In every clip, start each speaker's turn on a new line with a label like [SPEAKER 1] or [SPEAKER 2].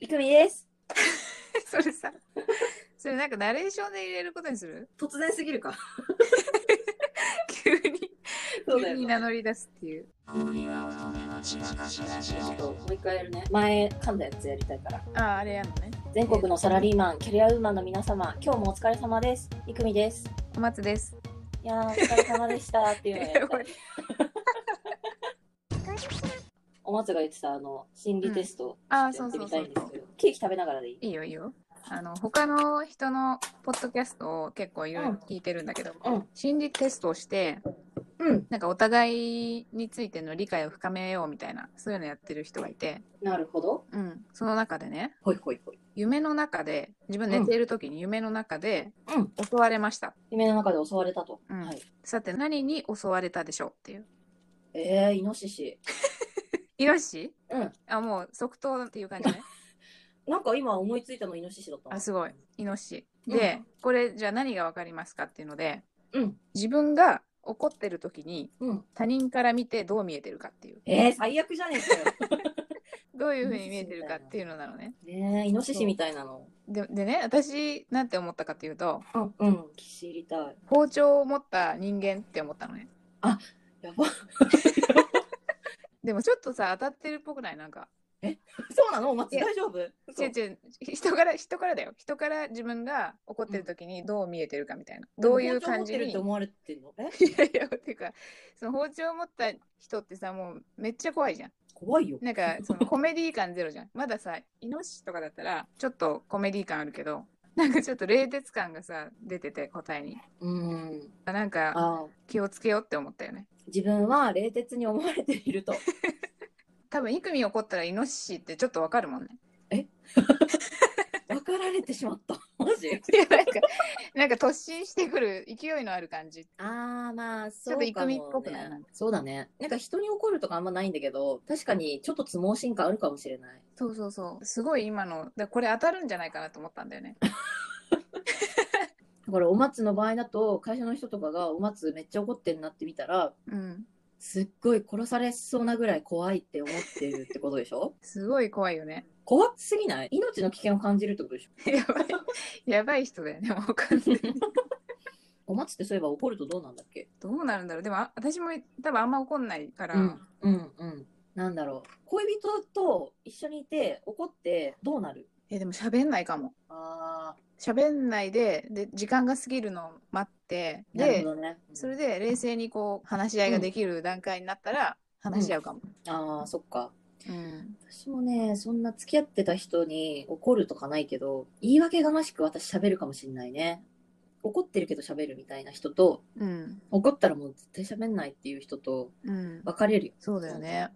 [SPEAKER 1] いくみです。
[SPEAKER 2] それさ、それなんかナレーションで入れることにする
[SPEAKER 1] 突然すぎるか。
[SPEAKER 2] 急に、
[SPEAKER 1] そうだ
[SPEAKER 2] 急
[SPEAKER 1] よ
[SPEAKER 2] に
[SPEAKER 1] ね。
[SPEAKER 2] 名乗り出すっていう。
[SPEAKER 1] そうもう一回やるね。前噛んだやつやりたいから。
[SPEAKER 2] ああ、あれやんのね。
[SPEAKER 1] 全国のサラリーマン、キャリアウーマンの皆様、今日もお疲れ様です。いくみです。
[SPEAKER 2] お松です。
[SPEAKER 1] いやー、お疲れ様で したっていうのやりたいお松が言ってたあの心理テスト、
[SPEAKER 2] うんあー
[SPEAKER 1] ちょっとやってみたいんですけど、ケーキ食べながらでいい。
[SPEAKER 2] いいよいいよ。あの、他の人のポッドキャストを結構いろいろ聞いてるんだけど、
[SPEAKER 1] うん
[SPEAKER 2] 心理テストをして、
[SPEAKER 1] うん、
[SPEAKER 2] なんかお互いについての理解を深めようみたいな、そういうのやってる人がいて、
[SPEAKER 1] なるほど。
[SPEAKER 2] うん、その中でね、
[SPEAKER 1] ほいほいほい。
[SPEAKER 2] 夢の中で、自分寝ている時に夢の中で
[SPEAKER 1] うん、
[SPEAKER 2] 襲われました。
[SPEAKER 1] 夢の中で襲われたと。
[SPEAKER 2] うん
[SPEAKER 1] はい。
[SPEAKER 2] さて、何に襲われたでしょうっていう。
[SPEAKER 1] えー、イノシシ。
[SPEAKER 2] イノシシ
[SPEAKER 1] うん。
[SPEAKER 2] あ、もう即答っていう 感じね。
[SPEAKER 1] なんか今思いついたのイノシシだったの
[SPEAKER 2] あ、すごい。イノシシ。
[SPEAKER 1] うん
[SPEAKER 2] で、これじゃあ何がわかりますかっていうので、
[SPEAKER 1] うん。
[SPEAKER 2] 自分が怒ってる時に
[SPEAKER 1] うん。
[SPEAKER 2] 他人から見てどう見えてるかっていう。
[SPEAKER 1] えー、最悪じゃねえかよ。
[SPEAKER 2] どういうふうに見えてるかっていうのなのね。
[SPEAKER 1] ねえ、イノシシみたいなの。
[SPEAKER 2] ででね、私なんて思ったかっていうと、
[SPEAKER 1] うん。うん。知りたい。
[SPEAKER 2] 包丁を持った人間って思ったのね。
[SPEAKER 1] や ば。
[SPEAKER 2] でもちょっとさ、当たってるっぽくないなんか。
[SPEAKER 1] そうなのお松
[SPEAKER 2] いや
[SPEAKER 1] 大丈夫
[SPEAKER 2] 違
[SPEAKER 1] そう
[SPEAKER 2] う違う、人から、人からだよ。人から自分が怒ってる時にどう見えてるかみたいな。どういう感じ
[SPEAKER 1] 包丁持ってるっ
[SPEAKER 2] に
[SPEAKER 1] て。思われてんのえ
[SPEAKER 2] いやいや、てか、その包丁を持った人ってさ、もうめっちゃ怖いじゃん。
[SPEAKER 1] 怖いよ。
[SPEAKER 2] なんか、そ のコメディ感ゼロじゃん。まださ、イノシシとかだったら、ちょっとコメディ感あるけど、なんかちょっと冷徹感がさ、出てて、答えに。
[SPEAKER 1] うん。
[SPEAKER 2] なんか、
[SPEAKER 1] ああ。
[SPEAKER 2] 気をつけようって思ったよね。
[SPEAKER 1] 自分は冷徹に思われている と。
[SPEAKER 2] 多分、イクミ怒ったらイノシシってちょっとわかるもんね。
[SPEAKER 1] 分かられてしまった。マジ
[SPEAKER 2] いや、なんか、なんか突進してくる勢いのある感じ。
[SPEAKER 1] ああまあ
[SPEAKER 2] ち
[SPEAKER 1] そ
[SPEAKER 2] ょっ
[SPEAKER 1] う
[SPEAKER 2] とイ
[SPEAKER 1] か
[SPEAKER 2] ク
[SPEAKER 1] も、
[SPEAKER 2] ミ
[SPEAKER 1] ね、
[SPEAKER 2] っぽくないなんか
[SPEAKER 1] そうだねなんか人に怒るとかあんまないんだけど確かにちょっと相撲進化あるかもしれない
[SPEAKER 2] そうそうそう。すごい今の、だこれ当たるんじゃないかなと思ったんだよね。
[SPEAKER 1] だからお松の場合だと会社の人とかがお松めっちゃ怒ってんなって見たら
[SPEAKER 2] うん。
[SPEAKER 1] すっごい殺されそうなぐらい怖いって思ってるってことでしょ
[SPEAKER 2] すごい怖いよね。
[SPEAKER 1] 怖すぎない命の危険を感じるってことでしょ
[SPEAKER 2] やばい、やばい人だよね、もう完全に。
[SPEAKER 1] お松ってそういえば怒るとどうなんだっけ
[SPEAKER 2] どうなるんだろう。でも、あ私も多分あんま怒んないから、
[SPEAKER 1] うんうんうんなんだろう恋人と一緒にいて怒ってどうなる
[SPEAKER 2] え、でも喋んないかも。
[SPEAKER 1] あ
[SPEAKER 2] 喋んないで、で、時間が過ぎるのを待って、
[SPEAKER 1] ーなる
[SPEAKER 2] で
[SPEAKER 1] ほ、どね
[SPEAKER 2] それで冷静にこう、話し合いができる段階になったら、話し合うかも。
[SPEAKER 1] ああそっか
[SPEAKER 2] うん。
[SPEAKER 1] 私もね、そんな付き合ってた人に怒るとかないけど、言い訳がましく私喋るかもしれないね。怒ってるけど喋るみたいな人と、
[SPEAKER 2] うん。
[SPEAKER 1] 怒ったらもう絶対喋んないっていう人と
[SPEAKER 2] うん。
[SPEAKER 1] 分かれるよ。
[SPEAKER 2] そうだよね。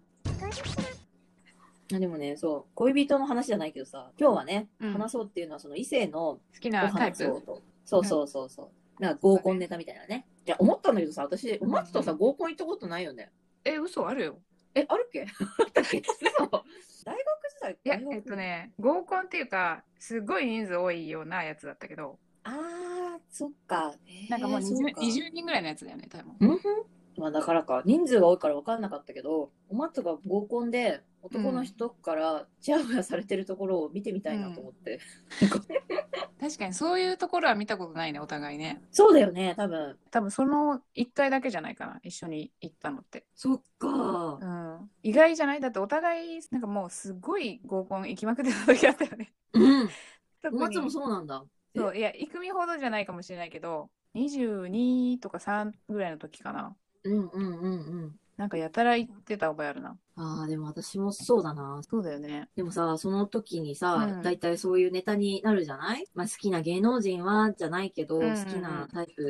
[SPEAKER 1] あでもね、そう、恋人の話じゃないけどさ、今日はね、
[SPEAKER 2] うん
[SPEAKER 1] 話そうっていうのはその異性の
[SPEAKER 2] 好き
[SPEAKER 1] ご
[SPEAKER 2] なタイ
[SPEAKER 1] 話
[SPEAKER 2] プ
[SPEAKER 1] を。と。そうそうそうそう。なんか合コンネタみたいなね。いや、思ったんだけどさ、私、お松とさ、合コン行ったことないよね。
[SPEAKER 2] え、嘘あるよ。
[SPEAKER 1] え、ある っけあったっけ嘘大学時代
[SPEAKER 2] いや、
[SPEAKER 1] 大学
[SPEAKER 2] えっとね、合コンっていうか、すごい人数多いようなやつだったけど、
[SPEAKER 1] あー、そっか。
[SPEAKER 2] なんかもう
[SPEAKER 1] えーそ
[SPEAKER 2] 20,
[SPEAKER 1] か
[SPEAKER 2] 20人ぐらいのやつだよね、多分。
[SPEAKER 1] まあだからか、人数が多いから分かんなかったけど、お松が合コンで男の人からチヤホヤされてるところを見てみたいなと思って。
[SPEAKER 2] 確かにそういうところは見たことないねお互いね
[SPEAKER 1] そうだよね、多分。
[SPEAKER 2] 多分その1回だけじゃないかな一緒に行ったのって、
[SPEAKER 1] そっか
[SPEAKER 2] う。ん、意外じゃないだってお互いなんかもうすごい合コン行きまくってた時あったよ ね
[SPEAKER 1] うん。
[SPEAKER 2] 特
[SPEAKER 1] お
[SPEAKER 2] に
[SPEAKER 1] 松もそうなんだ。
[SPEAKER 2] そういや行くみほどじゃないかもしれないけど22とか3ぐらいの時かな
[SPEAKER 1] うんうんうんうん。
[SPEAKER 2] なんかやたら行ってた覚えあるな
[SPEAKER 1] ああ、でも私もそうだな。
[SPEAKER 2] そうだよね
[SPEAKER 1] でもさ、その時にさ、
[SPEAKER 2] うん
[SPEAKER 1] だいたいそういうネタになるじゃないまあ好きな芸能人は、じゃないけど、
[SPEAKER 2] うんうんうん
[SPEAKER 1] 好きなタイプ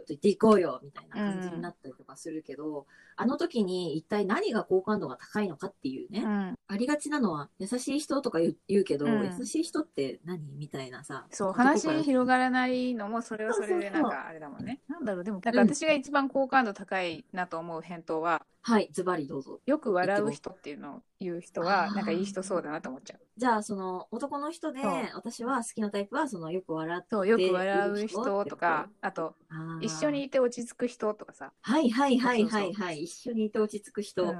[SPEAKER 1] と言っていこうよ、みたいな感じになったりとかするけど、あの時に一体何が好感度が高いのかっていうね、
[SPEAKER 2] うん
[SPEAKER 1] ありがちなのは、優しい人とか言う言うけど、
[SPEAKER 2] うん
[SPEAKER 1] 優しい人って何みたいなさ。
[SPEAKER 2] そう
[SPEAKER 1] 男から
[SPEAKER 2] 話広がらないのもそれはそれでなん
[SPEAKER 1] そうそうそ
[SPEAKER 2] かあれだもんねなんだろうでもなんか私が一番好感度高いなと思う返答は、
[SPEAKER 1] はい、ズバリどうぞ。
[SPEAKER 2] よく笑う人っていうのを言う人は
[SPEAKER 1] あー
[SPEAKER 2] なんかいい人そうだなと思っちゃう
[SPEAKER 1] じゃあ、その、男の人で
[SPEAKER 2] そう、
[SPEAKER 1] 私は好きなタイプは、その、よく笑って、
[SPEAKER 2] そうよく笑う人とかあと
[SPEAKER 1] あー
[SPEAKER 2] 一緒に。いて落ち着く人とかさ、
[SPEAKER 1] はいはいはいは
[SPEAKER 2] そう
[SPEAKER 1] い
[SPEAKER 2] そう
[SPEAKER 1] はい。一緒にいて落ち着く人、
[SPEAKER 2] う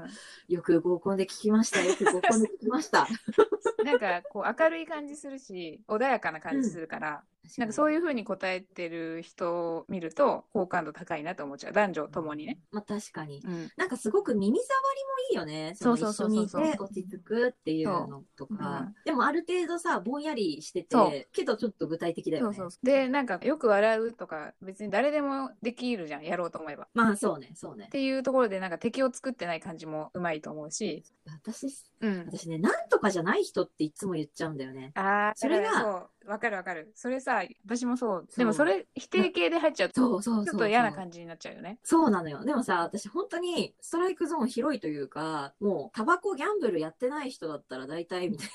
[SPEAKER 1] よく合コンで聞きました。よく合コンで聞きました。
[SPEAKER 2] ん、 なんかこう明るい感じするし穏やかな感じするから、 なんかそう
[SPEAKER 1] う。
[SPEAKER 2] いう風に答えてる人を見ると好感度高いなと思っちゃう男女ともにね、
[SPEAKER 1] まあ確かに。
[SPEAKER 2] うん、
[SPEAKER 1] なんかすごく耳障りもいいよね。
[SPEAKER 2] そう
[SPEAKER 1] の
[SPEAKER 2] そうそう
[SPEAKER 1] 一
[SPEAKER 2] そう
[SPEAKER 1] 緒にいて落ち着くっていうのと
[SPEAKER 2] そうう
[SPEAKER 1] か。でもある程度さ、ぼんやりして
[SPEAKER 2] そう
[SPEAKER 1] て、けどちょっと具体的だ
[SPEAKER 2] そ
[SPEAKER 1] よ
[SPEAKER 2] う
[SPEAKER 1] ね。
[SPEAKER 2] そうそうでなんかよく笑うとか別に誰でもできるじゃんやろうと思えばっ
[SPEAKER 1] まあそうね、そうね。
[SPEAKER 2] ていうところでなんか敵を作ってない感じもうまいと思うし、
[SPEAKER 1] 私、
[SPEAKER 2] うん、
[SPEAKER 1] 私ね、なんとかじゃない人っていつも言っちゃうんだよね。
[SPEAKER 2] ああ
[SPEAKER 1] それが
[SPEAKER 2] そうわかるわかるそれさ私もそう
[SPEAKER 1] そう
[SPEAKER 2] でもそれ否定形で入っちゃうと
[SPEAKER 1] そうそうそうそう。
[SPEAKER 2] ちょっと嫌な感じになっちゃうよね
[SPEAKER 1] そうなのよ。でもさ、私本当にストライクゾーン広いというか、もうタバコギャンブルやってない人だったら大体みたい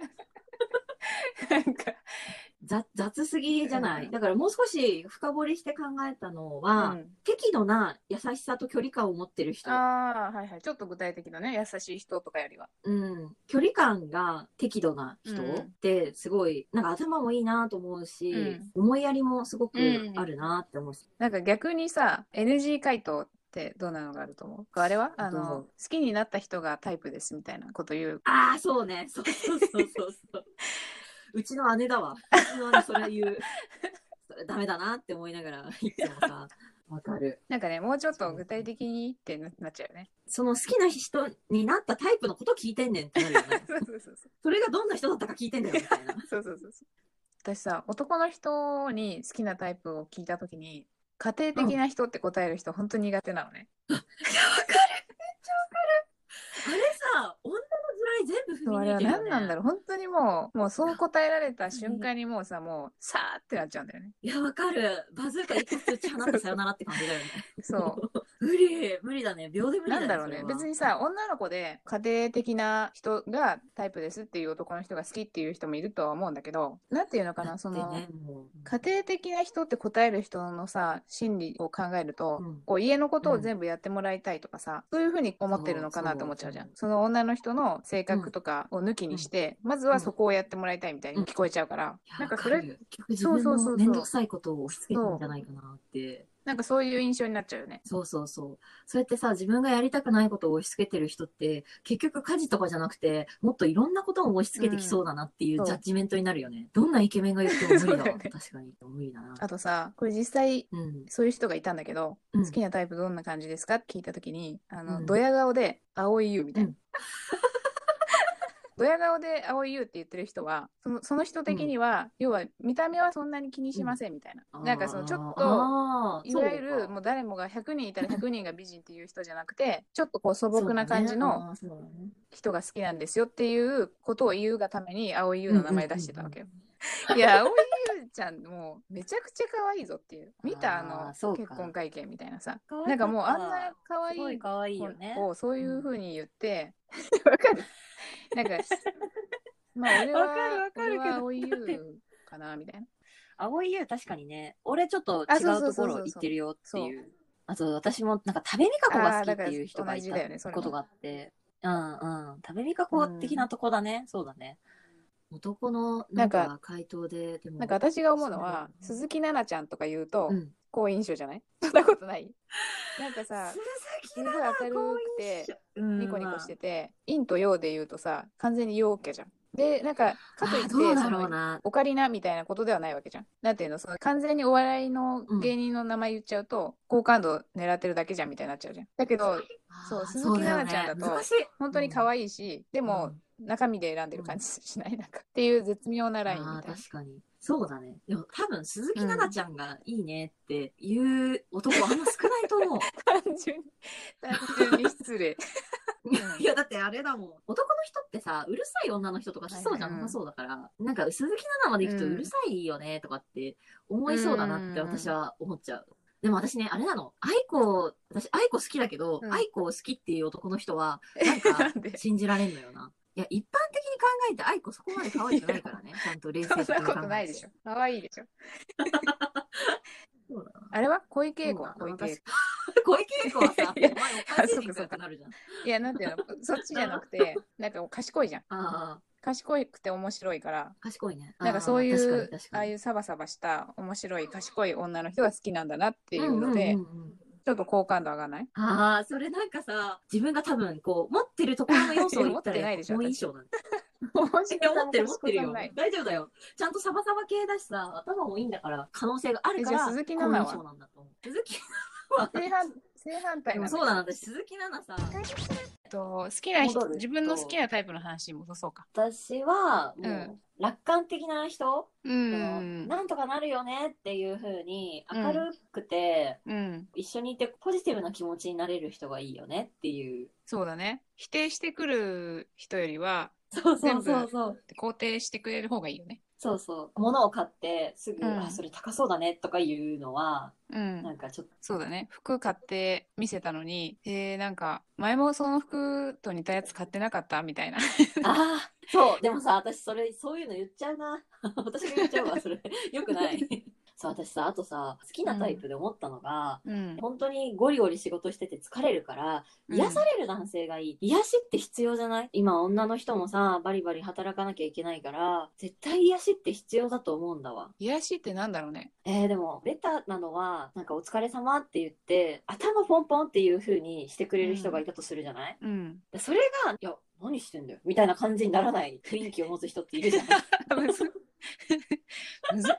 [SPEAKER 1] な。
[SPEAKER 2] なんか
[SPEAKER 1] 雑雑すぎじゃな
[SPEAKER 2] う
[SPEAKER 1] い。
[SPEAKER 2] ん
[SPEAKER 1] だからもう少し深掘りして考えたのは、
[SPEAKER 2] うん
[SPEAKER 1] 適度な優しさと距離感を持ってる人。
[SPEAKER 2] ああはいはいちょっと具体的なね優しい人とかよりは
[SPEAKER 1] うん。距離感が適度な人
[SPEAKER 2] うん
[SPEAKER 1] ってすごい、なんか頭もいいなと思うし、
[SPEAKER 2] うん
[SPEAKER 1] 思いやりもすごく
[SPEAKER 2] うん
[SPEAKER 1] あるなって思うし。
[SPEAKER 2] なんか逆にさ NG 回答ってどんなのがあると思うあれはあ
[SPEAKER 1] どう
[SPEAKER 2] の
[SPEAKER 1] ぞ
[SPEAKER 2] 好きになった人がタイプですみたいなこと言う
[SPEAKER 1] ああ、そうね。そうそうそうそうそう。 うちの姉だわ。うちの姉それ言う。それダメだなって思いながら、いつもさ、わかる。
[SPEAKER 2] なんかねもうちょっと具体的にってななっちゃうよね
[SPEAKER 1] その好きな人になったタイプのこと聞いてんねんってなるよね。
[SPEAKER 2] そうそうそうそう
[SPEAKER 1] それがどんな人だったか聞いてんだよみたい な。
[SPEAKER 2] そうそうそうそう私さ男の人に好きなタイプを聞いた時に家庭的な人って答える人本当に苦手なのね、
[SPEAKER 1] あれさ、女の地雷全部
[SPEAKER 2] そう
[SPEAKER 1] 踏
[SPEAKER 2] あ
[SPEAKER 1] み抜
[SPEAKER 2] れ
[SPEAKER 1] い
[SPEAKER 2] は
[SPEAKER 1] てるよ、
[SPEAKER 2] 何
[SPEAKER 1] ね。
[SPEAKER 2] なんだろう本当にもうもうそう答えられた瞬間にもうさもうさーってなっちゃうんだよね
[SPEAKER 1] いや、わかる。バズーカ一発打ち放ってさよならって感じだよね。
[SPEAKER 2] そう
[SPEAKER 1] 無理、無理だね。秒で無理だ
[SPEAKER 2] な
[SPEAKER 1] ね。
[SPEAKER 2] んだろうね別にさ女の子で家庭的な人がタイプですっていう男の人が好きっていう人もいるとは思うんだけどなんていうのか
[SPEAKER 1] か
[SPEAKER 2] な
[SPEAKER 1] な、そ
[SPEAKER 2] その、
[SPEAKER 1] の。ね、もう
[SPEAKER 2] 家庭的な人って答える人のさ心理を考えると、
[SPEAKER 1] うん
[SPEAKER 2] こう家のことを全部やってもらいたいとかさ、そういうふうに思ってるのかな
[SPEAKER 1] そう
[SPEAKER 2] と思っちゃうじゃん
[SPEAKER 1] そ
[SPEAKER 2] その女の人の性格とかを抜きにして、まずはそこをやってもらいたいみたいに聞こえちゃうから、
[SPEAKER 1] いや
[SPEAKER 2] なんか
[SPEAKER 1] わ
[SPEAKER 2] それ
[SPEAKER 1] る結局自分
[SPEAKER 2] そうそうそうそう
[SPEAKER 1] の面倒くさいことを押し付けてんじゃないかなって。
[SPEAKER 2] なんかそういう印象になっちゃうよね。
[SPEAKER 1] そうそうそう。そうやってさ、自分がやりたくないことを押し付けてる人って、結局家事とかじゃなくて、もっといろんなことを押し付けてきそうだなってい
[SPEAKER 2] うん
[SPEAKER 1] うジ
[SPEAKER 2] そう
[SPEAKER 1] ャッジメントになるよね。どんなイケメンが言っても無理だ
[SPEAKER 2] そうだ
[SPEAKER 1] わ。
[SPEAKER 2] よね
[SPEAKER 1] 確かに。無理だな。
[SPEAKER 2] あとさこれ実際
[SPEAKER 1] うん。
[SPEAKER 2] そういう人がいたんだけど、
[SPEAKER 1] うん
[SPEAKER 2] 好きなタイプどんな感じですかって聞いた時にあの、
[SPEAKER 1] うん
[SPEAKER 2] ドヤ顔で「青い優」みたいな。
[SPEAKER 1] うん
[SPEAKER 2] ドヤ顔で「青い優」って言ってる人はそのその人的には、要は見た目はそんなに気にしませんみたいな、なんかそのちょっと
[SPEAKER 1] と
[SPEAKER 2] いわゆるもう誰もが100人いたら100人が美人っていう人じゃなくてちょっとこう素朴な感じの
[SPEAKER 1] そうだねあーそうだね
[SPEAKER 2] 人が好きなんですよっていうことを言うがために青い優の名前出してたわけよ。 いや、青井優ちゃん、もうめちゃくちゃ可愛いぞっていう。見たあ
[SPEAKER 1] あー
[SPEAKER 2] の
[SPEAKER 1] そうか
[SPEAKER 2] 結婚会見みたいなさ。
[SPEAKER 3] 可愛かった
[SPEAKER 2] なんかもうあんな可
[SPEAKER 3] すご
[SPEAKER 2] 愛
[SPEAKER 3] い
[SPEAKER 2] い
[SPEAKER 3] 可愛いよね。
[SPEAKER 2] 子をそういう風に言って、わかる なんか、まあ俺は
[SPEAKER 3] わかるわ、かるけど
[SPEAKER 2] 俺は青井優かなみたいな。
[SPEAKER 1] 青い優確かにね俺ちょっと
[SPEAKER 2] あ
[SPEAKER 1] 違
[SPEAKER 2] そう
[SPEAKER 1] う
[SPEAKER 2] そう
[SPEAKER 1] と
[SPEAKER 2] そ
[SPEAKER 1] こ
[SPEAKER 2] うそう
[SPEAKER 1] ろ行ってるよっていうあと私もなんか食べみかこが好きっていう人がい
[SPEAKER 2] あーだから同じだよねそ
[SPEAKER 1] た
[SPEAKER 2] れも
[SPEAKER 1] ことがあってうんうん食べみかこ的なとこだね、そうだね男のなん
[SPEAKER 2] なん
[SPEAKER 1] か回答ででも
[SPEAKER 2] なんか私が思うのは、
[SPEAKER 1] そ
[SPEAKER 2] 鈴木奈々ちゃんとか言うと
[SPEAKER 1] う、ん、
[SPEAKER 2] 好印象じゃない そんなことないなんかさ、す
[SPEAKER 1] 鈴
[SPEAKER 2] ごい明るくて、
[SPEAKER 1] うん
[SPEAKER 2] ニコニコしてて、陰と陽で言うとさ、完全に陽キャじゃん。で、なんか、か
[SPEAKER 1] ま
[SPEAKER 2] とい
[SPEAKER 1] あ
[SPEAKER 2] っ
[SPEAKER 1] あ
[SPEAKER 2] て、
[SPEAKER 1] どうだ
[SPEAKER 2] そ
[SPEAKER 1] ろう
[SPEAKER 2] の、
[SPEAKER 1] な
[SPEAKER 2] オカリナみたいなことではないわけじゃん。なんていうの、その、完全にお笑いの
[SPEAKER 1] うん
[SPEAKER 2] 芸人の名前言っちゃうと、好感度狙ってるだけじゃんみたいになっちゃうじゃん。だけど、そう
[SPEAKER 1] あー
[SPEAKER 2] 鈴木
[SPEAKER 1] うよ
[SPEAKER 2] 奈々ちゃんだと
[SPEAKER 1] 難しい
[SPEAKER 2] 本当に可愛いし、でも、中身で選んでる感じしない、なんか。っていう絶妙なラインみ
[SPEAKER 1] ああ
[SPEAKER 2] たいな
[SPEAKER 1] ー。確かにそうだねでも多分鈴木奈々ちゃんがいいねって言う男はあんま少ないと 思う
[SPEAKER 2] 単純に、単純に失礼。うん
[SPEAKER 1] いやだってあれだもん男の人ってさうるさい女の人とか来そうじゃ
[SPEAKER 2] はいはい
[SPEAKER 1] なさそうだから、なんか鈴木奈々まで行くと
[SPEAKER 2] うん
[SPEAKER 1] うるさいよねとかって思いそうだなって
[SPEAKER 2] うん
[SPEAKER 1] 私は思っちゃう、でも私ねあれなの愛子私愛子好きだけど、
[SPEAKER 2] うん
[SPEAKER 1] 愛子を好きっていう男の人はなんか
[SPEAKER 2] なんで
[SPEAKER 1] 信じられんのよないや一般的に考えて愛子そこま で可愛くないからねちゃんと冷静
[SPEAKER 2] そん
[SPEAKER 1] に考え
[SPEAKER 2] な
[SPEAKER 1] て
[SPEAKER 2] ことないでしょ。可愛いでしょ。
[SPEAKER 4] そうだな
[SPEAKER 2] あれは小 池栄子は
[SPEAKER 4] そ
[SPEAKER 2] 小
[SPEAKER 4] うだな
[SPEAKER 2] 池栄子。
[SPEAKER 4] 小池栄子はさ、
[SPEAKER 2] い
[SPEAKER 4] お前
[SPEAKER 2] や
[SPEAKER 4] おかしい人かってなるじゃん。
[SPEAKER 2] いや、なんていうの、そっちじゃなくて、なんか賢いじゃん。
[SPEAKER 4] ああ、
[SPEAKER 2] 賢くて面白いから、
[SPEAKER 4] 賢いね。
[SPEAKER 2] なんかそうい
[SPEAKER 4] ああ確
[SPEAKER 2] う
[SPEAKER 4] かに確、
[SPEAKER 2] あ
[SPEAKER 4] か
[SPEAKER 2] あ
[SPEAKER 4] に
[SPEAKER 2] いうサバサバした面白い賢い女の人が好きなんだなっていうので、
[SPEAKER 4] んんうんうん
[SPEAKER 2] ちょっと好感度上が らない
[SPEAKER 4] ああ、それなんかさ、自分が多分こう、持ってるところの要素を言った
[SPEAKER 2] 持ってな
[SPEAKER 4] ら、
[SPEAKER 2] いでしょ
[SPEAKER 4] もういい賞なんだ。
[SPEAKER 2] 面白
[SPEAKER 4] いや持ってる持ってる
[SPEAKER 2] さも
[SPEAKER 4] よ
[SPEAKER 2] ない。
[SPEAKER 4] 大丈夫だよ。ちゃんとサバサバ系だしさ、頭もいいんだから、可能性があるか
[SPEAKER 2] えじゃ
[SPEAKER 4] ら、
[SPEAKER 2] あ鈴木奈々は
[SPEAKER 4] 好印象なんだと思う。鈴木奈々は、
[SPEAKER 2] 正反正反対
[SPEAKER 4] で
[SPEAKER 2] な
[SPEAKER 4] も
[SPEAKER 2] の
[SPEAKER 4] そうだな、私鈴木奈々さ、
[SPEAKER 2] えっと好きな人
[SPEAKER 1] 戻る
[SPEAKER 2] 自分の好きなタイプの話に戻そうか。
[SPEAKER 1] 私は
[SPEAKER 2] う
[SPEAKER 1] もうん楽観的な人、
[SPEAKER 2] う
[SPEAKER 1] その
[SPEAKER 2] ん。
[SPEAKER 1] なんとかなるよねっていう風に
[SPEAKER 2] うん
[SPEAKER 1] 明るくて、
[SPEAKER 2] うん。
[SPEAKER 1] 一緒にいてポジティブな気持ちになれる人がいいよねって いう。
[SPEAKER 2] そうだね。否定してくる人よりは
[SPEAKER 1] そう
[SPEAKER 2] そうそう
[SPEAKER 1] そう。
[SPEAKER 2] 肯定してくれる方がいいよね。
[SPEAKER 1] そうそう。物を買ってすぐ、
[SPEAKER 2] うん
[SPEAKER 1] あ、それ高そうだねとか言うのは、
[SPEAKER 2] うん
[SPEAKER 1] な。んかちょ っと、
[SPEAKER 2] そうだね。服買って見せたのに、えー、なんか前もその服と似たやつ買ってなかったみたいな。
[SPEAKER 1] ああ、そう。でもさ、私それ、そういうの言っちゃうな。 私が言っちゃうわ、それ。 よく ない。そう、私さ、あとさ、好きなタイプで思ったのが、
[SPEAKER 2] うん。
[SPEAKER 1] 本当にゴリゴリ仕事してて疲れるから癒される男性がいい、癒しって必要じゃない今女の人もさバリバリ働かなきゃいけないから絶対癒しって必要だと思うんだわ
[SPEAKER 2] 癒しってなんだろうね。
[SPEAKER 1] えー、でもベタなのはなんか「お疲れ様って言って頭ポンポンっていう風にしてくれる人がいたとするじゃない、
[SPEAKER 2] うん。
[SPEAKER 1] でそれが「いや何してんだよ」みたいな感じにならない雰囲気を持つ人っているじゃん
[SPEAKER 2] むず むず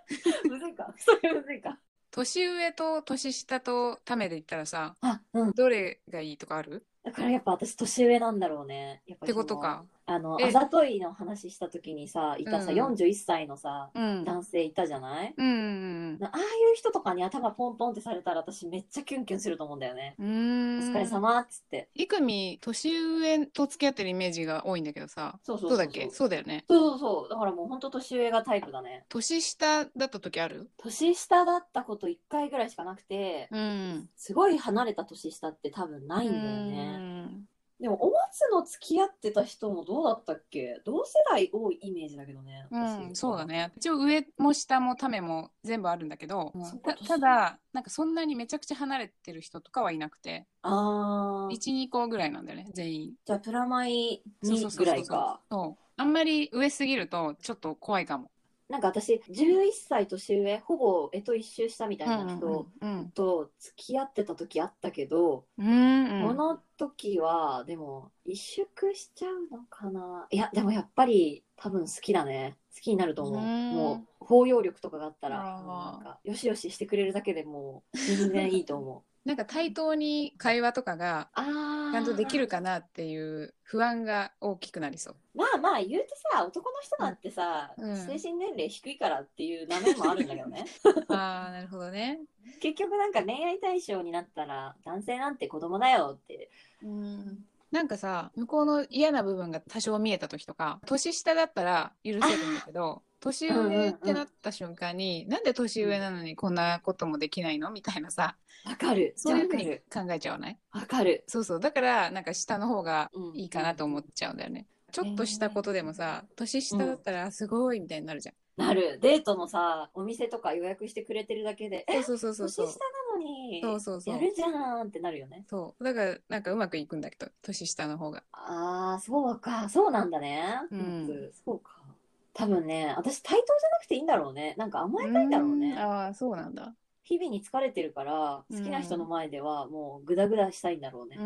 [SPEAKER 1] むずいか それむずいか
[SPEAKER 2] 年上と年下とためで言ったらさ、
[SPEAKER 1] あうん
[SPEAKER 2] どれがいいとかある
[SPEAKER 1] だからやっぱ私年上なんだろうねやっぱ
[SPEAKER 2] っ
[SPEAKER 1] り
[SPEAKER 2] て
[SPEAKER 1] その
[SPEAKER 2] ことか。
[SPEAKER 1] あの、
[SPEAKER 2] え
[SPEAKER 1] あざといの話した時にさ、いたさ、
[SPEAKER 2] うん
[SPEAKER 1] 41歳のさ、
[SPEAKER 2] うん。うん
[SPEAKER 1] 男性いたじゃない
[SPEAKER 2] うん
[SPEAKER 1] なああいう人とかに頭ポンポンってされたら私めっちゃキュンキュンすると思うんだよね。
[SPEAKER 2] う
[SPEAKER 1] お
[SPEAKER 2] ん。う
[SPEAKER 1] 疲
[SPEAKER 2] ー
[SPEAKER 1] れ
[SPEAKER 2] ん。
[SPEAKER 1] 様っつって。
[SPEAKER 2] いくみ、年上と付き合ってるイメージが多いんだけどさ、
[SPEAKER 1] そうそうそう
[SPEAKER 2] ど
[SPEAKER 1] うそ
[SPEAKER 2] だ
[SPEAKER 1] う
[SPEAKER 2] っけそうだよね。
[SPEAKER 1] そうそうそう。だからもうほんと年上がタイプだね。
[SPEAKER 2] 年下だった時ある
[SPEAKER 1] 年下だったこと1回ぐらいしかなくて、
[SPEAKER 2] うん。
[SPEAKER 1] すごい離れた年下って多分ないんだよ
[SPEAKER 2] う
[SPEAKER 1] ね。
[SPEAKER 2] ん
[SPEAKER 1] でも、お松の付き合ってた人もどうだったっけ同世代多いイメージだけどね。
[SPEAKER 2] うん、
[SPEAKER 1] 私
[SPEAKER 2] そうだ。ね。一応上も下もためも全部あるんだけど
[SPEAKER 1] そう、
[SPEAKER 2] たただ、なんかそんなにめちゃくちゃ離れてる人とかはいなくて、
[SPEAKER 1] あー。
[SPEAKER 2] 1、2個ぐらいなんだよね、全員。
[SPEAKER 1] じゃあ、プラマイ
[SPEAKER 2] そうそ
[SPEAKER 1] 2
[SPEAKER 2] うそうそう
[SPEAKER 1] ぐらいか。
[SPEAKER 2] そう。あんまり上すぎるとちょっと怖いかも。
[SPEAKER 1] なんか私11歳年上ほぼえと一周したみたいな
[SPEAKER 2] うん
[SPEAKER 1] 人
[SPEAKER 2] うん
[SPEAKER 1] と付き合ってた時あったけど、
[SPEAKER 2] うん。
[SPEAKER 1] この時はでも萎縮しちゃうのかないやでもやっぱり多分好きだね好きになると思う、
[SPEAKER 2] うん
[SPEAKER 1] もう包容力とかがあったら
[SPEAKER 2] あ
[SPEAKER 1] も
[SPEAKER 2] ー
[SPEAKER 1] うなんかよしよししてくれるだけでもう全然いいと思う
[SPEAKER 2] なんか対等に会話とかが
[SPEAKER 1] あ
[SPEAKER 2] ち
[SPEAKER 1] あ
[SPEAKER 2] ゃんとでき
[SPEAKER 1] る
[SPEAKER 2] るかなっていう不安が大きくなり そう。
[SPEAKER 1] まあまあ言うてさ男の人だってさ、
[SPEAKER 2] うん
[SPEAKER 1] 精神年齢低いからっていう名前もあるんだけど ね
[SPEAKER 2] ああ、なるほどね。
[SPEAKER 1] 結局なんか恋愛対象になったら男性なんて子供だよって
[SPEAKER 2] うん。なんかさ、向こうの嫌な部分が多少見えた時とか、年下だったら許せるんだけど、年上ってなった瞬間に、なんで年上なのにこんなこともできないのみたいなさ、
[SPEAKER 1] わかる
[SPEAKER 2] そういうふう
[SPEAKER 1] わか
[SPEAKER 2] に
[SPEAKER 1] る
[SPEAKER 2] 考えちゃわない
[SPEAKER 1] わかる
[SPEAKER 2] そうそう。だから、なんか下の方が
[SPEAKER 1] うん
[SPEAKER 2] いいかなと思っちゃうんだよね。ちょっとしたことでもさ、年下だったらあすごいみたいになるじゃん。
[SPEAKER 1] なるデートのさお店とか予約してくれてるだけでえ
[SPEAKER 2] そうそうそうそう
[SPEAKER 1] 年
[SPEAKER 2] そう
[SPEAKER 1] 下。なのに
[SPEAKER 2] そうそうそう
[SPEAKER 1] やるじゃんってなるよね
[SPEAKER 2] そう。だから、なんかうまくいくんだけど、年下の方が。
[SPEAKER 1] あーそうかそうなんだね
[SPEAKER 2] うん
[SPEAKER 1] うんそうか多分ね私対等じゃなくていいんだろうねなんか甘えたいんだろうね
[SPEAKER 2] ああ、そうなんだ。
[SPEAKER 1] 日々に疲れてるから好きな人の前ではもうグダグダしたいんだろうね
[SPEAKER 2] う、ー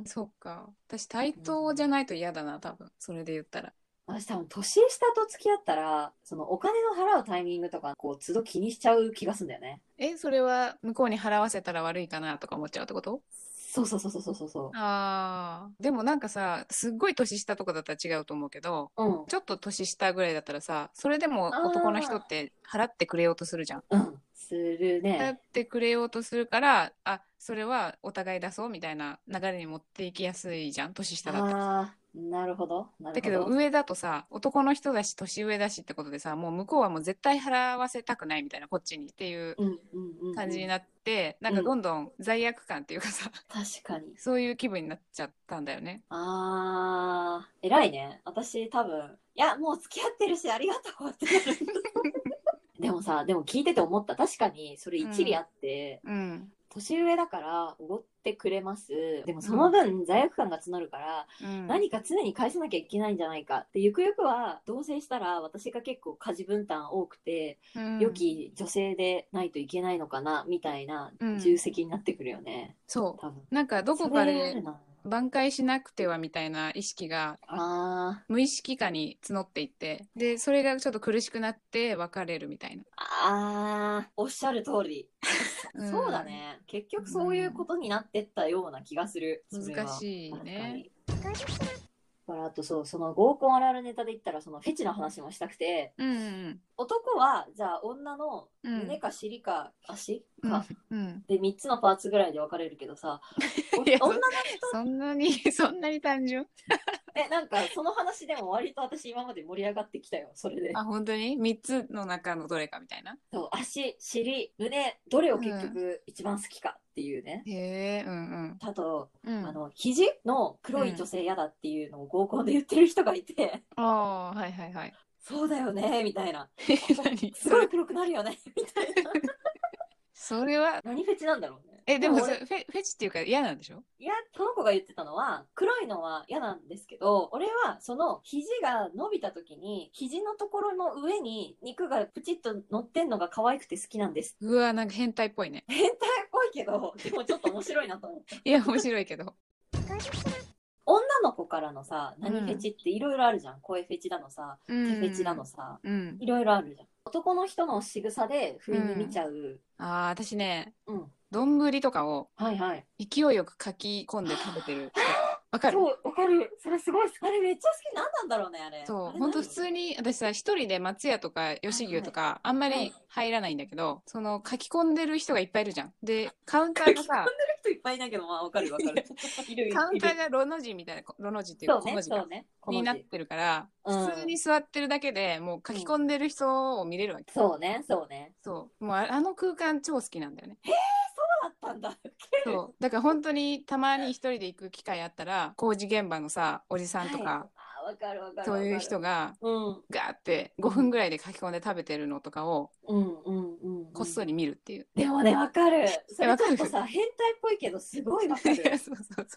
[SPEAKER 2] ん、そっか。私、対等じゃないと嫌だな、多分。それで言ったら。
[SPEAKER 1] 私多分年下と付き合ったらそのお金の払うタイミングとかこう都度気にしちゃう気がするんだよね
[SPEAKER 2] え、それは向こうに払わせたら悪いかなとか思っちゃうってこと
[SPEAKER 1] そうそうそうそうそうそうそ
[SPEAKER 2] ああ。でもなんかさ、すっごい年下とかだったら違うと思うけど、
[SPEAKER 1] ううん
[SPEAKER 2] ちょっと年下ぐらいだったらさ、それでも男の人って払ってくれようとするじゃん。
[SPEAKER 1] うんする
[SPEAKER 2] 払
[SPEAKER 1] ね
[SPEAKER 2] ってくれようとするから、あ、それはお互い出そうみたいな流れに持っていきやすいじゃん、年下だったら。
[SPEAKER 1] あーなるほどなる
[SPEAKER 2] だけ
[SPEAKER 1] ほど
[SPEAKER 2] ど上だとさ男の人だし年上だしってことでさもう向こうはもう絶対払わせたくないみたいなこっちにっていう
[SPEAKER 1] うんうんうん
[SPEAKER 2] 感じに
[SPEAKER 1] る
[SPEAKER 2] なって、
[SPEAKER 1] ん
[SPEAKER 2] なんかどんどん罪悪感っていうかさ、
[SPEAKER 1] 確かに
[SPEAKER 2] そういう気分になっちゃったんだよね。
[SPEAKER 1] あー偉いね私多分いやもう付き合ってるしありがとうってなるで でもさ、でも聞いてて思った。確かに、それ一理あって、
[SPEAKER 2] うん
[SPEAKER 1] 年上だから、おごってくれます。でもその分、罪悪感が募るから、
[SPEAKER 2] うん
[SPEAKER 1] 何か常に返さなきゃいけないんじゃないか。で、ゆくゆくは、同棲したら、私が結構家事分担多くて、
[SPEAKER 2] うん
[SPEAKER 1] 良き女性でないといけないのかな、みたいな
[SPEAKER 2] うん
[SPEAKER 1] 重責になってくるよね。
[SPEAKER 2] そ
[SPEAKER 1] 多分。
[SPEAKER 2] うなんかどこか
[SPEAKER 1] それあ
[SPEAKER 2] で
[SPEAKER 1] るな
[SPEAKER 2] 挽回しなくてはみたいな意識が
[SPEAKER 1] あー
[SPEAKER 2] 無意識下に募っていってでそれがちょっと苦しくなって別れるみたいな、
[SPEAKER 1] あー、おっしゃる通り。
[SPEAKER 2] ん
[SPEAKER 1] そうだね。結局そういうことになってったような気がする。それは
[SPEAKER 2] 難しいね。
[SPEAKER 1] だからあとそう、その合コンあるあるネタで言ったら、そのフェチの話もしたくて、
[SPEAKER 2] うんうん
[SPEAKER 1] 男は、じゃあ女の
[SPEAKER 2] うん
[SPEAKER 1] 胸か尻か足
[SPEAKER 2] うん
[SPEAKER 1] か、
[SPEAKER 2] うん
[SPEAKER 1] で3つのパーツぐらいで分かれるけどさ、お
[SPEAKER 2] いやそ
[SPEAKER 1] 女の
[SPEAKER 2] そんなに そんなに単純
[SPEAKER 1] え、なんかその話でも割と私今まで盛り上がってきたよ、それで。
[SPEAKER 2] あ本当に3つの中のどれかみたいな
[SPEAKER 1] そう足、尻、胸、どれを結局一番好きかっていうね。
[SPEAKER 2] へえうん
[SPEAKER 1] あと、
[SPEAKER 2] うんうん
[SPEAKER 1] あの、肘の黒い女性嫌だっていうのを合コンで言ってる人がいて、
[SPEAKER 2] あーはいはいはい
[SPEAKER 1] そうだよね、みたいな。
[SPEAKER 2] 何
[SPEAKER 1] す
[SPEAKER 2] そ
[SPEAKER 1] ごい
[SPEAKER 2] れ
[SPEAKER 1] 黒くなるよね、 みたいな。
[SPEAKER 2] それは
[SPEAKER 1] 何フェチなんだろうね。
[SPEAKER 2] えでもそれ
[SPEAKER 1] 俺
[SPEAKER 2] フェフェチっていうか嫌なんでしょ
[SPEAKER 1] いや、その子が言ってたのは、黒いのは嫌なんですけど、俺はその肘が伸びた時に、肘のところの上に肉がプチッと乗ってんのが可愛くて好きなんです。
[SPEAKER 2] うわなんか変態っぽい ね
[SPEAKER 1] 変態っぽいけど、でもちょっと面白いなと思った。
[SPEAKER 2] いや面白いけど
[SPEAKER 1] 女の子からのさ、何
[SPEAKER 2] うん
[SPEAKER 1] フェチっていろいろあるじゃん。声フェチだのさ、
[SPEAKER 2] 手
[SPEAKER 1] 手フェチだのさ、
[SPEAKER 2] うん
[SPEAKER 1] いろいろあるじゃん。男の人の仕草で不意に見ちゃう。
[SPEAKER 2] あー私ね
[SPEAKER 1] うん。
[SPEAKER 2] 丼とかを
[SPEAKER 1] はいはい。
[SPEAKER 2] 勢いよくかき込んで食べてる人わかる
[SPEAKER 1] そう、わかる。それすごい。あれめっちゃ好き。何なんだろうね、あれ。
[SPEAKER 2] そう
[SPEAKER 1] 本
[SPEAKER 2] 本当普通に私さ一人で松屋とか吉牛とかあんまり入らないんだけどその書き込んでる人がいっぱいいるじゃんでカウンターがさ
[SPEAKER 1] 人いっぱいいないけど、まあ、わかるわかる。いるいる
[SPEAKER 2] カウンターがロの字みたいなロの字っていう
[SPEAKER 1] そ
[SPEAKER 2] か
[SPEAKER 1] う
[SPEAKER 2] コの
[SPEAKER 1] ね、
[SPEAKER 2] 字
[SPEAKER 1] そ
[SPEAKER 2] か
[SPEAKER 1] うね。
[SPEAKER 2] になってるから
[SPEAKER 1] うん
[SPEAKER 2] 普通に座ってるだけでもう書き込んでる人を見れるわけ
[SPEAKER 1] そうね、そうね。
[SPEAKER 2] そうもうああの空間超好きなんだよね
[SPEAKER 1] そうだったんだ。
[SPEAKER 2] そうだから本当にたまに一人で行く機会あったら工事現場のさおじさんとか
[SPEAKER 1] あーわかるわかる。
[SPEAKER 2] そういう人
[SPEAKER 1] が。
[SPEAKER 2] が
[SPEAKER 1] うん。
[SPEAKER 2] ガーって5分ぐらいで書き込んで食べてるのとかを
[SPEAKER 1] うんうんうん、うん。
[SPEAKER 2] こっそり見るっていう。
[SPEAKER 1] でもね、わかる。それ
[SPEAKER 2] わ
[SPEAKER 1] ち
[SPEAKER 2] か
[SPEAKER 1] ょ
[SPEAKER 2] る
[SPEAKER 1] っとさ、変態っぽいけど、すごいわか
[SPEAKER 2] いや
[SPEAKER 1] る。
[SPEAKER 2] そうそうそう。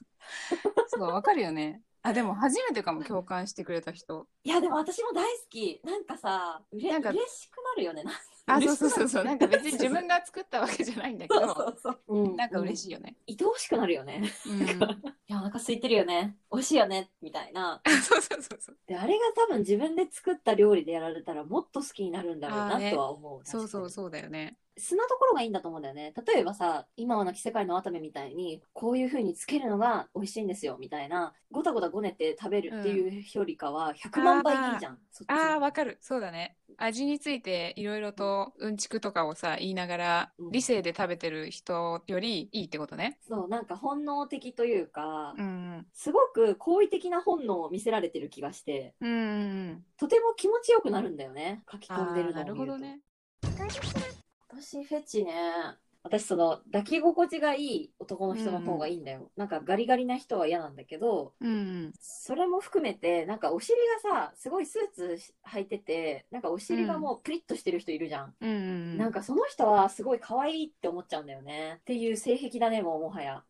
[SPEAKER 2] そうわかるよね。あでも初めてかも共感してくれた人。
[SPEAKER 1] いや、でも私も大好き。なんかさ、うれ
[SPEAKER 2] なんか
[SPEAKER 1] 嬉しくなるよね。
[SPEAKER 2] あそうそうそうそう。なんか別に自分
[SPEAKER 1] が。
[SPEAKER 2] が作ったわけじゃないんだけ
[SPEAKER 1] そう
[SPEAKER 2] ど、
[SPEAKER 1] そうそう。うん
[SPEAKER 2] なんか嬉
[SPEAKER 1] し
[SPEAKER 2] しいよね。
[SPEAKER 1] い。愛おしくなるよね。
[SPEAKER 2] うん。
[SPEAKER 1] いや、お腹空いてるよね。美味しいよね。みたいな。
[SPEAKER 2] そうそうそうそう。
[SPEAKER 1] で、あれが多分自分で作った料理でやられたら、もっと好きになるんだろう
[SPEAKER 2] あー
[SPEAKER 1] な
[SPEAKER 2] ね
[SPEAKER 1] とは思う。
[SPEAKER 2] そうそ
[SPEAKER 1] 確
[SPEAKER 2] う
[SPEAKER 1] かに
[SPEAKER 2] そうだよね。
[SPEAKER 1] 素のところがいいんだと思うんだよね。例えばさ、今はなき世界のわためみたいに、こういう風につけるのが美味しいんですよ、みたいな、ごたごたごねて食べるっていうよりかは、100万倍いいじゃん。そっち
[SPEAKER 2] ああわかる。そうだね。味についていろいろとうんちくとかをさ言いながら
[SPEAKER 1] うん
[SPEAKER 2] 理性で食べてる人よりいいってことね。
[SPEAKER 1] そう、なんか本能的というか、
[SPEAKER 2] うん。
[SPEAKER 1] すごく好意的な本能を見せられてる気がして、
[SPEAKER 2] うんうん。
[SPEAKER 1] とても気持ちよくなるんだよね。書き
[SPEAKER 2] あ
[SPEAKER 1] 込んでる
[SPEAKER 2] ー
[SPEAKER 1] のを
[SPEAKER 2] な
[SPEAKER 1] 見る
[SPEAKER 2] る
[SPEAKER 1] と。
[SPEAKER 2] ほどね。
[SPEAKER 1] 私フェチね私その抱き心地がいい男の人の方がいいんだよ、なんかガリガリな人は嫌なんだけど
[SPEAKER 2] うんうん。
[SPEAKER 1] それも含めてなんかお尻がさすごいスーツ履いててなんかお尻がもうプリッとしてる人いるじゃん、
[SPEAKER 2] うんうん。
[SPEAKER 1] なんかその人はすごい可愛いって思っちゃうんだよねっていう性癖だねもうもはや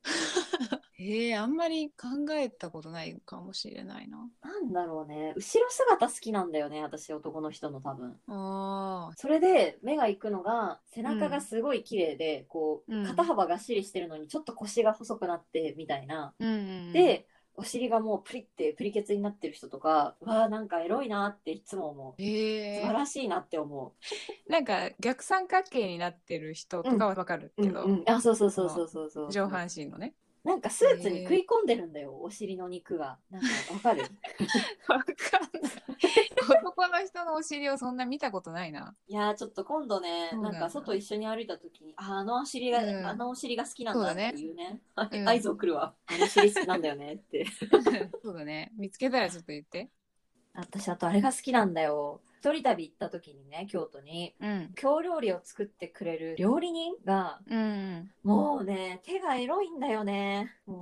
[SPEAKER 2] えー、あんまり考えたことないかもしれないな。
[SPEAKER 1] なんだろうね後ろ姿好きなんだよね私男の人の多分
[SPEAKER 2] あ
[SPEAKER 1] それで目が行くのが背中がすごい綺麗で、こ
[SPEAKER 2] うん
[SPEAKER 1] う肩幅がっしりしてるのにちょっと腰が細くなってみたいな
[SPEAKER 2] あ、うんうんうん、
[SPEAKER 1] で、お尻がもうプリってプリケツになってる人とかわあなんかエロいなっていつも思う素
[SPEAKER 2] え
[SPEAKER 1] 晴
[SPEAKER 2] ー、
[SPEAKER 1] らしいなって思
[SPEAKER 2] なんか逆三角形になってる人とかはわかる
[SPEAKER 1] う、
[SPEAKER 2] けど、
[SPEAKER 1] うんうんあそうそうそうそうそうそう
[SPEAKER 2] 上半身 のね。
[SPEAKER 1] なんかスーツに食い込んでるんだよお尻の肉がなんかわかる
[SPEAKER 2] わかんない。 男の人のお尻をそんな見たことない な。
[SPEAKER 1] いやーちょっと今度ね
[SPEAKER 2] そう
[SPEAKER 1] な
[SPEAKER 2] なんんだ
[SPEAKER 1] か外一緒に歩いた時にあーあのお尻が、
[SPEAKER 2] うん
[SPEAKER 1] あのお尻が好きなんだっていうね
[SPEAKER 2] うだねうん
[SPEAKER 1] 合図をくるわあのお尻好きなんだよねって
[SPEAKER 2] そうだね。見つけたらちょっと言って。
[SPEAKER 1] 私あとあれが好きなんだよ一人旅行った時にね京都に
[SPEAKER 2] うん。
[SPEAKER 1] 京料理を作ってくれる料理人が
[SPEAKER 2] うんうん。
[SPEAKER 1] もうね、手がエロいんだよね。も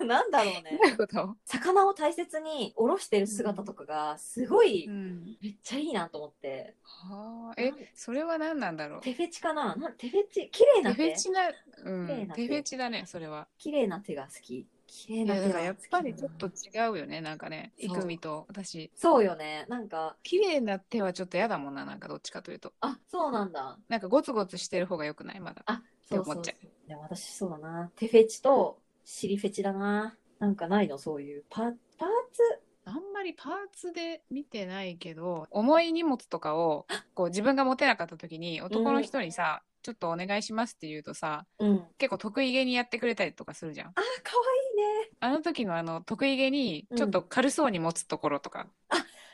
[SPEAKER 1] う、なんだろうね
[SPEAKER 2] ど。ういうこと、
[SPEAKER 1] 魚を大切におろしてる姿とかが、すごい、
[SPEAKER 2] ん、
[SPEAKER 1] めっちゃいいなと思って。
[SPEAKER 2] はあえそれは何なんだろう
[SPEAKER 1] 手フェチかなな手フェチ綺麗
[SPEAKER 2] 手
[SPEAKER 1] な
[SPEAKER 2] フ
[SPEAKER 1] 手
[SPEAKER 2] ェチな、う
[SPEAKER 1] 綺麗
[SPEAKER 2] ん、
[SPEAKER 1] な手
[SPEAKER 2] 手フェチだねそれは
[SPEAKER 1] 綺麗な手が好き綺麗
[SPEAKER 2] い
[SPEAKER 1] な
[SPEAKER 2] や
[SPEAKER 1] 手が好き
[SPEAKER 2] だからやっぱりちょっと違うよねなんかね
[SPEAKER 1] そう
[SPEAKER 2] 育美と私
[SPEAKER 1] そうよねなんか
[SPEAKER 2] 綺麗な手はちょっと嫌だもんななんかどっちかというと
[SPEAKER 1] あそうなんだ
[SPEAKER 2] なんかゴツゴツしてる方がよくないまだ
[SPEAKER 1] あそうそう
[SPEAKER 2] って思っちゃ
[SPEAKER 1] そうでも私そうだな手フェチと尻フェチだななんかないのそういうパパーツ
[SPEAKER 2] あんまりパーツで見てないけど重い荷物とかをこう自分が持てなかった時に男の人にさ、ちょっとお願いしますって言うとさ
[SPEAKER 1] うんあ
[SPEAKER 2] 結構得意げにやってくれたりとかするじゃん
[SPEAKER 1] 可愛いね
[SPEAKER 2] あの時のあの得意げにちょっと軽そうに持つところと か、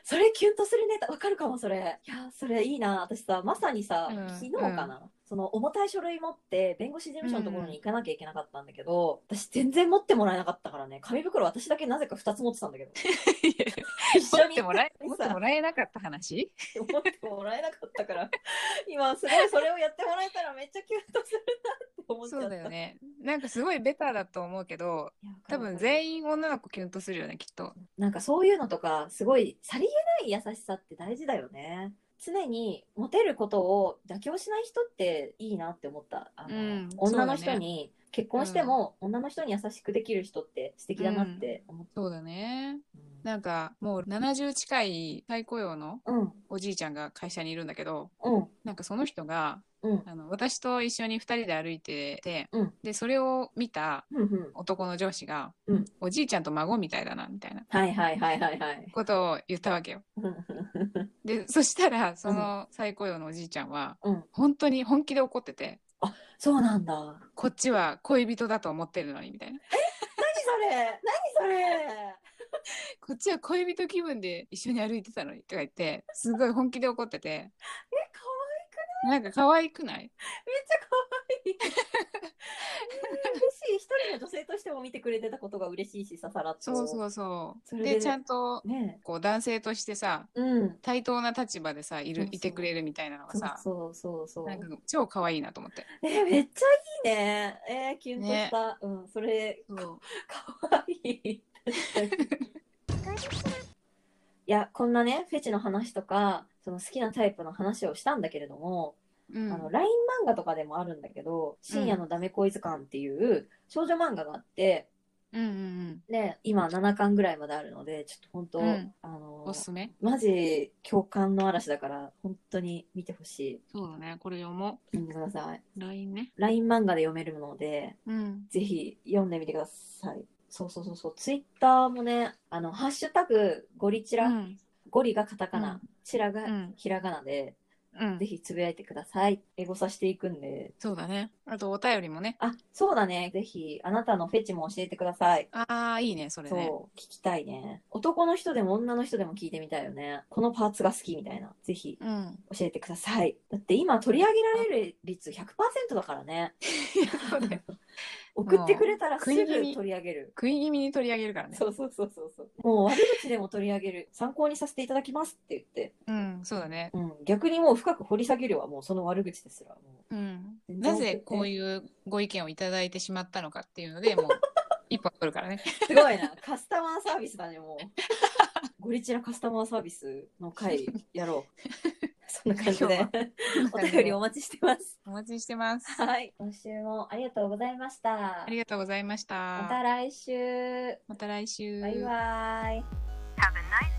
[SPEAKER 1] それキュンとするねわかるかもそれいやそれいいな私さまさにさ、
[SPEAKER 2] うん
[SPEAKER 1] 昨日かな、その重たい書類持って弁護士事務所のところに行かなきゃいけなかったんだけど、私全然持ってもらえなかったからね紙袋私だけなぜか2つ持ってたんだけど一
[SPEAKER 2] 持
[SPEAKER 1] 緒
[SPEAKER 2] っ
[SPEAKER 1] に
[SPEAKER 2] てもらえ
[SPEAKER 1] 行
[SPEAKER 2] 持
[SPEAKER 1] っ
[SPEAKER 2] ってて
[SPEAKER 1] さ
[SPEAKER 2] もらえなかった話
[SPEAKER 1] 思ってもらえなかったから 今すごいそれをやってもらえたらめっちゃキュンとするなって思っちゃっ
[SPEAKER 2] そ
[SPEAKER 1] た
[SPEAKER 2] うだよねなんかすごいベタだと思うけど
[SPEAKER 1] いやわか
[SPEAKER 2] 多
[SPEAKER 1] るわか
[SPEAKER 2] 分
[SPEAKER 1] る
[SPEAKER 2] 全員女の子キュンとするよねきっと
[SPEAKER 1] なんかそういうのとかすごいさりげない優しさって大事だよね常にモテることを妥協しない人っていいなって思ったあの、
[SPEAKER 2] うん
[SPEAKER 1] 女の
[SPEAKER 2] そう
[SPEAKER 1] 人
[SPEAKER 2] だね
[SPEAKER 1] に、結婚しても、女の人に優しくできる人って素敵だなって思った、
[SPEAKER 2] そうだね
[SPEAKER 1] うん
[SPEAKER 2] なんかもう70近い再雇用の
[SPEAKER 1] うん
[SPEAKER 2] おじいちゃんが会社にいるんだけど
[SPEAKER 1] うん
[SPEAKER 2] なんかその人が
[SPEAKER 1] うん
[SPEAKER 2] あの私と一緒に2人で歩いてて、
[SPEAKER 1] うん
[SPEAKER 2] でそれを見た
[SPEAKER 1] うんうん
[SPEAKER 2] 男の上司が、
[SPEAKER 1] うん
[SPEAKER 2] おじいちゃんと孫みたいだなみたいな
[SPEAKER 1] はいはいはいはいはい
[SPEAKER 2] ことを言ったわけよ。
[SPEAKER 1] うんうん
[SPEAKER 2] でそしたらその再雇用のおじいちゃんは
[SPEAKER 1] うん
[SPEAKER 2] 本当に本気で怒ってて
[SPEAKER 1] そうなんだ何
[SPEAKER 2] こっちは恋人だと思ってるのにみたいな
[SPEAKER 1] それ何それ
[SPEAKER 2] こっちは恋人気分で一緒に歩いてたのにとか言ってすごい本気で怒ってて
[SPEAKER 1] えかわいく
[SPEAKER 2] なんか可愛くない
[SPEAKER 1] めっちゃ可愛いえー嬉しい一人の女性としても見てくれてたことが嬉しいしささらっと
[SPEAKER 2] そうそうそう。
[SPEAKER 1] それで
[SPEAKER 2] でちゃんと
[SPEAKER 1] ね
[SPEAKER 2] こう男性としてさ
[SPEAKER 1] えうん
[SPEAKER 2] 対等な立場でさい
[SPEAKER 1] そ
[SPEAKER 2] る
[SPEAKER 1] うそう
[SPEAKER 2] いてくれるみたいなのが
[SPEAKER 1] そう
[SPEAKER 2] さ
[SPEAKER 1] そうそうそう
[SPEAKER 2] なんか超可愛いなと思って。
[SPEAKER 1] えーめっちゃいいねえーキュンとした、うんそれ
[SPEAKER 2] そう
[SPEAKER 1] かわいいいやこんなねフェチの話とかその好きなタイプの話をしたんだけれども、
[SPEAKER 2] うん
[SPEAKER 1] あの LINE 漫画とかでもあるんだけど「深夜のダメ恋図鑑」っていう少女漫画があって、
[SPEAKER 2] うんうん
[SPEAKER 1] ね、今7巻ぐらいまであるので、ちょっと本当、
[SPEAKER 2] うん
[SPEAKER 1] あの
[SPEAKER 2] うん。おすすめ
[SPEAKER 1] マジ共感の嵐だから、本当に見てほし
[SPEAKER 2] そうだねこれ読も
[SPEAKER 1] い。読んでください。
[SPEAKER 2] う。LINE ね。
[SPEAKER 1] LINE 漫画で読めるので、
[SPEAKER 2] うん。
[SPEAKER 1] ぜひ読んでみてください。そうそうそうそう、ツイッターもね、あの、ハッシュタグ、ゴリチ
[SPEAKER 2] う
[SPEAKER 1] ラ、
[SPEAKER 2] ん
[SPEAKER 1] ゴリがカタカナ、
[SPEAKER 2] うん
[SPEAKER 1] チラが
[SPEAKER 2] うん
[SPEAKER 1] ひらがなで、
[SPEAKER 2] うん
[SPEAKER 1] ぜ。ひつぶやいてください。エゴさしていくんで。
[SPEAKER 2] そうだね。あとお便りもね。
[SPEAKER 1] あ、そうだね。ぜひ、あなたのフェチも教えてください。
[SPEAKER 2] ああいいねそれね。
[SPEAKER 1] そう、聞きたいね。男の人でも女の人でも聞いてみたいよね。このパーツが好きみたいな。ぜひ
[SPEAKER 2] うん。
[SPEAKER 1] 教えてください。だって今取り上げられる率100%だからね。
[SPEAKER 2] そうだよ
[SPEAKER 1] 送ってくれたらす
[SPEAKER 2] 食
[SPEAKER 1] ぐ
[SPEAKER 2] い気味
[SPEAKER 1] 取り上げる。
[SPEAKER 2] 食い気味に取り上げるからね。
[SPEAKER 1] そうそうそうそうそう。もう悪口でも取り上げる。参考にさせていただきますって言って。
[SPEAKER 2] うんそうだね。
[SPEAKER 1] うん。逆にもう深く掘り下げるはもうその悪口ですら。もう
[SPEAKER 2] うん。
[SPEAKER 1] 全然
[SPEAKER 2] なぜこういうご意見をいただいてしまったのかっていうので もう一本取るからね。
[SPEAKER 1] すご いな。カスタマーサービスだね、もう。ゴリチラカスタマーサービスの回やろう。 そんな感じで
[SPEAKER 2] 今。
[SPEAKER 1] お便りお待ちしてます。
[SPEAKER 2] お待ちしてます。
[SPEAKER 1] はい。今週もありがとうございました。
[SPEAKER 2] ありがとうございました。
[SPEAKER 1] また来週。
[SPEAKER 2] また来週。
[SPEAKER 1] バイバイ。
[SPEAKER 5] Have a nice